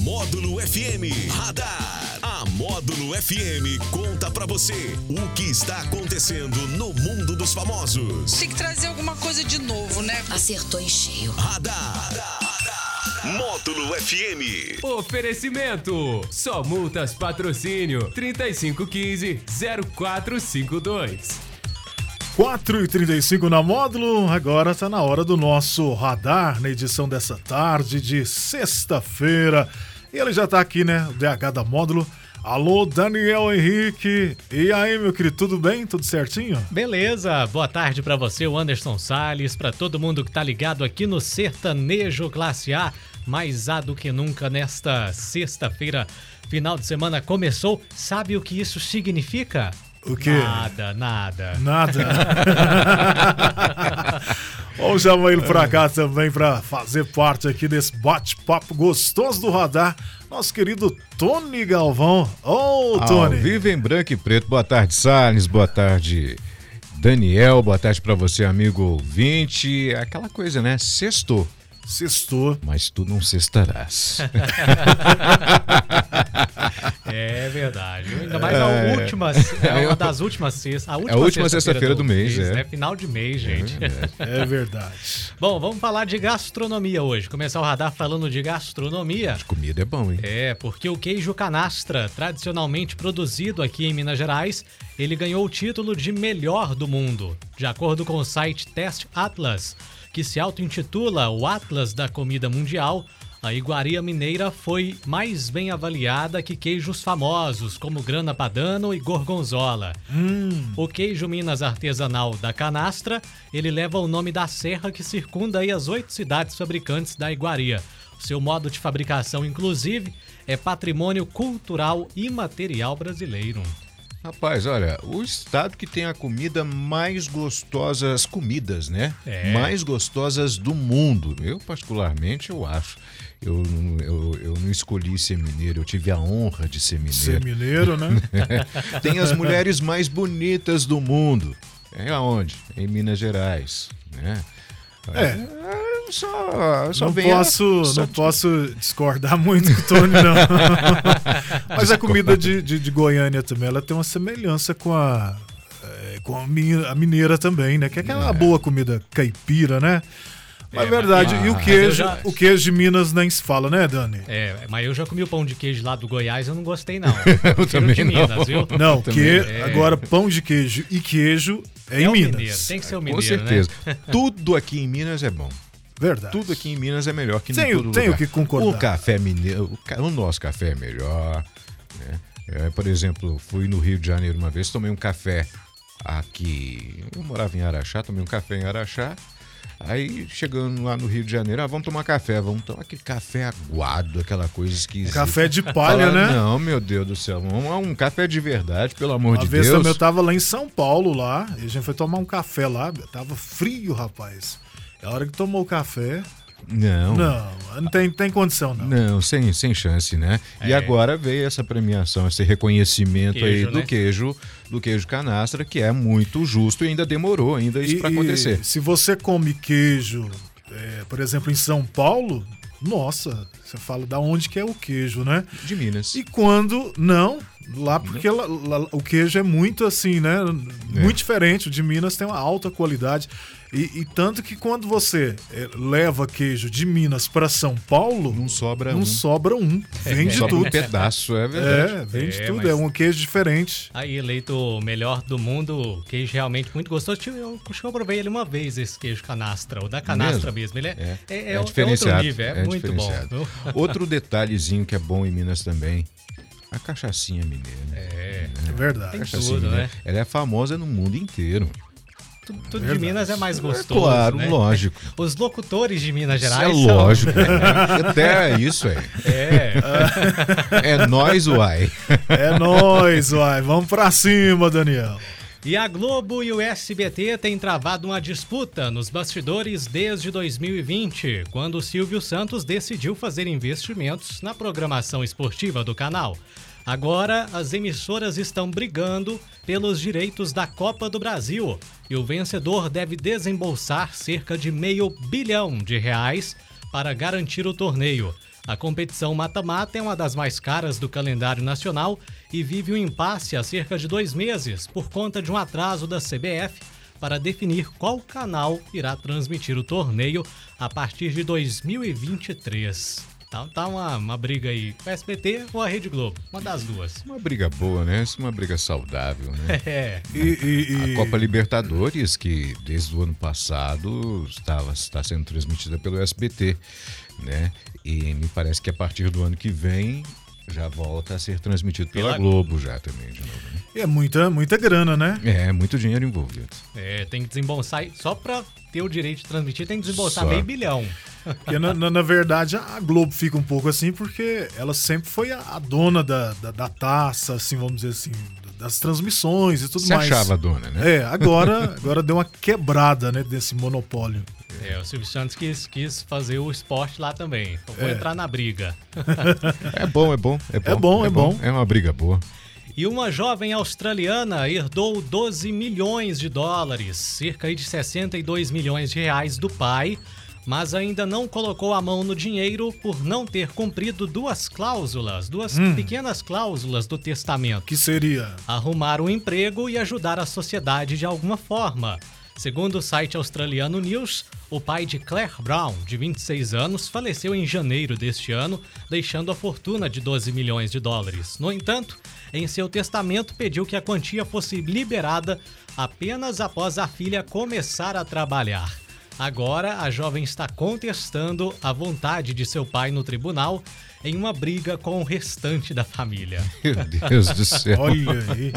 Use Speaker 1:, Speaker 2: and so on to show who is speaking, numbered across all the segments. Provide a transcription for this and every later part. Speaker 1: Módulo FM Radar. A Módulo FM conta pra você o que está acontecendo no mundo dos famosos.
Speaker 2: Tem que trazer alguma coisa de novo, né?
Speaker 3: Acertou em cheio.
Speaker 1: Radar. Módulo FM.
Speaker 4: Oferecimento: Só Multas Patrocínio 3515-0452.
Speaker 5: 4h35 na módulo, agora está na hora do nosso radar, na edição dessa tarde de sexta-feira. E ele já está aqui, né? O DH da módulo. Alô, Daniel Henrique. E aí, meu querido, tudo bem? Tudo certinho?
Speaker 6: Beleza, boa tarde pra você, o Anderson Salles, pra todo mundo que tá ligado aqui no Sertanejo Classe A, mais A do que nunca nesta sexta-feira. Final de semana começou, sabe o que isso significa?
Speaker 5: O quê?
Speaker 6: Nada, nada.
Speaker 5: Nada. Vamos chamar ele pra cá também pra fazer parte aqui desse bate-papo gostoso do radar. Nosso querido Tony Galvão. Ô, Tony.
Speaker 7: Ao vivo em branco e preto. Boa tarde, Salles. Boa tarde, Daniel. Boa tarde pra você, amigo ouvinte. Aquela coisa, né? Sextou.
Speaker 5: Sextou.
Speaker 7: Mas tu não sextarás.
Speaker 6: É verdade. Ainda mais a última, é uma das últimas sextas. A última,
Speaker 7: É última sexta-feira do mês, é.
Speaker 6: né? Final de mês, gente.
Speaker 5: É verdade.
Speaker 6: Bom, vamos falar de gastronomia hoje. Começar o radar falando de gastronomia.
Speaker 7: Comida é bom, hein?
Speaker 6: É, porque o queijo canastra, tradicionalmente produzido aqui em Minas Gerais, ele ganhou o título de melhor do mundo, de acordo com o site Test Atlas, que se auto-intitula o Atlas da Comida Mundial. A iguaria mineira foi mais bem avaliada que queijos famosos como grana padano e gorgonzola. O queijo Minas artesanal da canastra, ele leva o nome da serra que circunda aí as oito cidades fabricantes da iguaria. Seu modo de fabricação, inclusive, é patrimônio cultural imaterial brasileiro.
Speaker 7: Rapaz, olha, o estado que tem a comida mais gostosa, as comidas, né?
Speaker 6: É.
Speaker 7: Mais gostosas do mundo. Eu, particularmente, eu acho. Eu, não- eu, eu não escolhi ser mineiro, eu tive a honra de ser mineiro.
Speaker 5: Ser mineiro, né?
Speaker 7: tem as mulheres mais bonitas do mundo. É aonde? Em Minas Gerais, né?
Speaker 5: É.
Speaker 7: Eu Só, só
Speaker 5: não
Speaker 7: venho-
Speaker 5: posso,
Speaker 7: só-
Speaker 5: não posso discordar muito com o Tony, não. Mas a comida de, de, de Goiânia também, ela tem uma semelhança com a eh, com a mi- a mineira também, né? Que é aquela boa comida caipira, né? Mas é verdade, e o
Speaker 6: eu
Speaker 5: queijo,
Speaker 6: já-
Speaker 5: o queijo de Minas nem se fala, né, Dani?
Speaker 6: É, mas eu já comi o pão de queijo lá do Goiás, eu não gostei não.
Speaker 7: Eu
Speaker 6: Prefiro
Speaker 7: também
Speaker 6: de
Speaker 7: não.
Speaker 6: Minas, viu?
Speaker 5: Não,
Speaker 7: Também.
Speaker 5: que agora pão de queijo e queijo é em
Speaker 6: É o
Speaker 5: Minas.
Speaker 6: mineiro, tem que ser o
Speaker 7: Com
Speaker 6: mineiro,
Speaker 7: certeza.
Speaker 6: né?
Speaker 7: Tudo aqui em Minas é bom.
Speaker 5: Verdade.
Speaker 7: Tudo aqui em Minas é melhor que
Speaker 5: Tenho-
Speaker 7: em todo
Speaker 5: tenho
Speaker 7: lugar.
Speaker 5: que concordar.
Speaker 7: O café mineiro, o, ca- o nosso café é melhor. né? É, por exemplo, fui no Rio de Janeiro uma vez, tomei um café aqui. Eu morava em Araxá, tomei um café em Araxá. Aí chegando lá no Rio de Janeiro, ah, vamos tomar café, vamos tomar aquele café aguado, aquela coisa esquisita.
Speaker 5: Café de palha,
Speaker 7: Fala,
Speaker 5: né?
Speaker 7: Não, meu Deus do céu, vamos a um café de verdade, pelo amor
Speaker 5: Uma
Speaker 7: de
Speaker 5: vez
Speaker 7: Deus.
Speaker 5: também eu tava lá em São Paulo lá, e a gente foi tomar um café lá, tava frio, rapaz. É a hora que tomou o café.
Speaker 7: Não,
Speaker 5: Não, não tem, tem condição, não.
Speaker 7: Não, sem, sem chance, né? E agora veio essa premiação, esse reconhecimento aí
Speaker 6: Queijo,
Speaker 7: do
Speaker 6: né?
Speaker 7: queijo, do queijo canastra, que é muito justo e ainda demorou ainda isso
Speaker 5: E-
Speaker 7: para
Speaker 5: e
Speaker 7: acontecer.
Speaker 5: se você come queijo, é, por exemplo, em São Paulo, nossa, você fala da onde que é o queijo, né?
Speaker 7: De Minas.
Speaker 5: E quando não, lá porque lá- lá- o queijo é muito assim, né?
Speaker 7: É.
Speaker 5: Muito diferente. O de Minas tem uma alta qualidade. E, e tanto que quando você é, leva queijo de Minas para São Paulo,
Speaker 7: Não sobra
Speaker 5: não
Speaker 7: um,
Speaker 5: sobra um. Vem de
Speaker 7: sobra um
Speaker 5: tudo.
Speaker 7: pedaço, é verdade.
Speaker 5: É, vem de
Speaker 6: É,
Speaker 5: tudo.
Speaker 6: mas-
Speaker 5: É um queijo diferente.
Speaker 6: Aí, eleito o melhor do mundo, queijo realmente muito gostoso. Tio, Eu, acho que eu provei ele uma vez, esse queijo canastra, ou da canastra mesmo. Ele é, é, é,
Speaker 7: diferenciado,
Speaker 6: outro nível, é, muito
Speaker 7: diferenciado.
Speaker 6: bom.
Speaker 7: Outro detalhezinho que é bom em Minas também, a cachaçinha mineira.
Speaker 6: É,
Speaker 5: É verdade.
Speaker 6: Tem
Speaker 7: A
Speaker 6: tudo,
Speaker 7: mineira,
Speaker 6: né?
Speaker 7: Ela é famosa no mundo inteiro.
Speaker 6: tudo, tudo de Minas é mais gostoso.
Speaker 7: é claro,
Speaker 6: né?
Speaker 7: lógico.
Speaker 6: Os locutores de Minas
Speaker 7: Isso
Speaker 6: Gerais.
Speaker 7: é
Speaker 6: são-
Speaker 7: lógico. né? Até isso aí.
Speaker 6: É,
Speaker 7: É nós, uai.
Speaker 5: É nóis, vai. Vamos pra cima, Daniel.
Speaker 6: E a Globo e o SBT têm travado uma disputa nos bastidores desde 2020, quando o Silvio Santos decidiu fazer investimentos na programação esportiva do canal. Agora, as emissoras estão brigando pelos direitos da Copa do Brasil e o vencedor deve desembolsar cerca de meio bilhão de reais para garantir o torneio. A competição mata-mata é uma das mais caras do calendário nacional e vive um impasse há cerca de dois meses por conta de um atraso da CBF para definir qual canal irá transmitir o torneio a partir de 2023. Tá, tá uma, uma briga aí com a SBT ou a Rede Globo, uma das duas.
Speaker 7: Uma briga boa, né? Isso é uma briga saudável, né?
Speaker 6: É,
Speaker 5: E, e- e-
Speaker 7: A Copa Libertadores, que desde o ano passado estava, está sendo transmitida pelo SBT, né? E me parece que a partir do ano que vem já volta a ser transmitido pela,
Speaker 6: Pela
Speaker 7: Globo já também, de novo. né?
Speaker 5: e é muita, muita grana, né?
Speaker 7: É, muito dinheiro envolvido.
Speaker 6: é, tem que desembolsar, só pra ter o direito de transmitir, tem que desembolsar
Speaker 7: Só.
Speaker 6: meio bilhão.
Speaker 5: Porque na, na- na verdade a Globo fica um pouco assim, porque ela sempre foi a, a dona da, da, da taça, assim, vamos dizer assim, das transmissões e tudo
Speaker 7: Você
Speaker 5: mais.
Speaker 7: achava a dona, né?
Speaker 5: É, agora, agora deu uma quebrada, né, desse monopólio.
Speaker 6: É, o Silvio Santos quis, quis fazer o esporte lá também. Então vou entrar na briga.
Speaker 7: É bom, é bom, é bom.
Speaker 5: bom, é bom.
Speaker 7: É uma briga boa.
Speaker 6: E uma jovem australiana herdou 12 milhões de dólares, cerca aí de 62 milhões de reais do pai, mas ainda não colocou a mão no dinheiro por não ter cumprido duas cláusulas, duas pequenas cláusulas do testamento
Speaker 5: Que seria
Speaker 6: arrumar um emprego e ajudar a sociedade de alguma forma. Segundo o site australiano News, o pai de Claire Brown, de 26 anos, faleceu em janeiro deste ano, deixando a fortuna de 12 milhões de dólares. No entanto, em seu testamento pediu que a quantia fosse liberada apenas após a filha começar a trabalhar. Agora, a jovem está contestando a vontade de seu pai no tribunal em uma briga com o restante da família.
Speaker 7: Meu Deus do céu.
Speaker 5: Olha aí.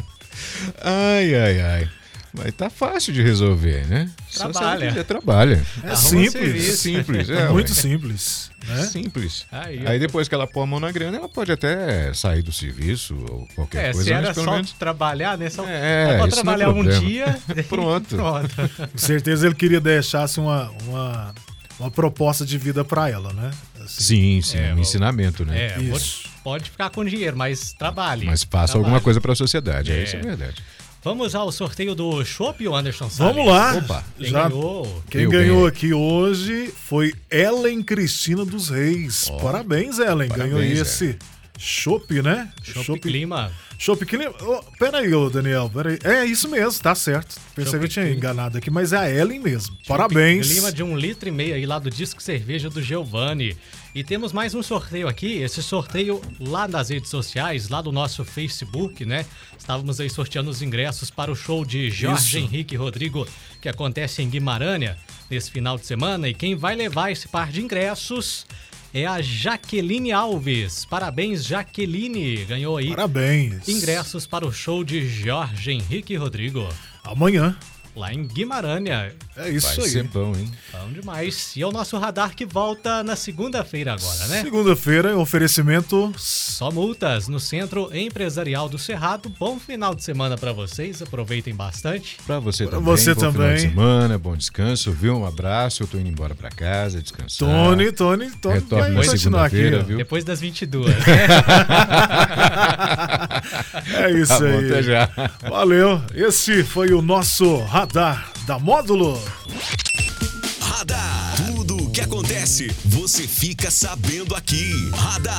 Speaker 7: Ai, ai, ai. Mas tá fácil de resolver, né? Só se ela
Speaker 6: Trabalha.
Speaker 7: quiser, trabalha.
Speaker 5: É
Speaker 6: Arruma
Speaker 7: É
Speaker 5: simples.
Speaker 6: serviço.
Speaker 7: simples,
Speaker 5: É
Speaker 7: é.
Speaker 5: muito
Speaker 7: ué.
Speaker 5: simples, né?
Speaker 7: Simples.
Speaker 6: É? Aí,
Speaker 7: Aí,
Speaker 6: ó.
Speaker 7: depois que ela pôr a mão na grana, ela pode até sair do serviço ou qualquer
Speaker 6: É,
Speaker 7: coisa,
Speaker 6: se era
Speaker 7: mas pelo
Speaker 6: só
Speaker 7: menos.
Speaker 6: trabalhar, né? Só,
Speaker 7: É,
Speaker 6: só
Speaker 7: isso não é
Speaker 6: trabalhar um
Speaker 7: problema.
Speaker 6: dia.
Speaker 7: Pronto.
Speaker 6: Pronto.
Speaker 5: Com certeza ele queria deixar assim, uma, uma, uma proposta de vida pra ela, né? Assim,
Speaker 7: Sim, sim,
Speaker 6: É,
Speaker 7: um
Speaker 6: o-
Speaker 7: ensinamento, né?
Speaker 6: É, vou-
Speaker 5: Isso.
Speaker 6: pode ficar com dinheiro, mas trabalhe.
Speaker 7: Mas faça
Speaker 6: Trabalhe.
Speaker 7: alguma coisa pra sociedade, é.
Speaker 6: É.
Speaker 7: isso é verdade.
Speaker 6: Vamos ao sorteio do Chopp, o Anderson Salles.
Speaker 5: Vamos lá.
Speaker 7: Opa.
Speaker 6: Quem
Speaker 5: Já,
Speaker 6: ganhou?
Speaker 5: Quem
Speaker 7: Meu
Speaker 5: ganhou
Speaker 7: bem.
Speaker 5: aqui hoje foi Ellen Cristina dos Reis. Parabéns, Ellen.
Speaker 7: Parabéns,
Speaker 5: ganhou
Speaker 7: Ellen.
Speaker 5: esse chopp, né?
Speaker 6: Chopp Clima.
Speaker 5: Chopp Clima. Oh, peraí, ô Daniel. Peraí. É isso mesmo, tá certo. Pensei
Speaker 6: Chopp
Speaker 5: que eu tinha
Speaker 6: Clima.
Speaker 5: enganado aqui, mas é a Ellen mesmo. Parabéns.
Speaker 6: Clima de um litro e meio aí lá do Disco Cerveja do Giovanni. E temos mais um sorteio aqui. Esse sorteio lá nas redes sociais, lá do nosso Facebook, né? Estávamos aí sorteando os ingressos para o show de Jorge Henrique Rodrigo, que acontece em Guimarães nesse final de semana. E quem vai levar esse par de ingressos é a Jaqueline Alves. Parabéns, Jaqueline. Ganhou aí
Speaker 5: Parabéns.
Speaker 6: ingressos para o show de Jorge Henrique Rodrigo,
Speaker 5: Amanhã.
Speaker 6: lá em Guimarães.
Speaker 5: É isso
Speaker 7: Vai
Speaker 5: aí.
Speaker 7: ser bom, hein?
Speaker 6: Bom demais. E é o nosso radar que volta na segunda-feira agora, né?
Speaker 5: Segunda-feira, é um oferecimento.
Speaker 6: Só multas no Centro Empresarial do Cerrado. Bom final de semana pra vocês, aproveitem bastante.
Speaker 7: Pra você
Speaker 5: Pra
Speaker 7: também.
Speaker 5: você
Speaker 7: bom Final
Speaker 5: também.
Speaker 7: de semana, bom descanso, viu? Um abraço, eu tô indo embora pra casa, descansar.
Speaker 5: Tony, Tony, Tony
Speaker 7: Retorno na
Speaker 5: vai continuar aqui.
Speaker 7: segunda-feira,
Speaker 5: ó.
Speaker 7: viu?
Speaker 6: Depois das 22.
Speaker 5: É isso
Speaker 7: Tá bom,
Speaker 5: aí.
Speaker 7: até já.
Speaker 5: Valeu. Esse foi o nosso radar da Módulo.
Speaker 1: Radar. Tudo o que acontece, você fica sabendo aqui. Radar.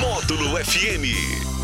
Speaker 1: Módulo FM.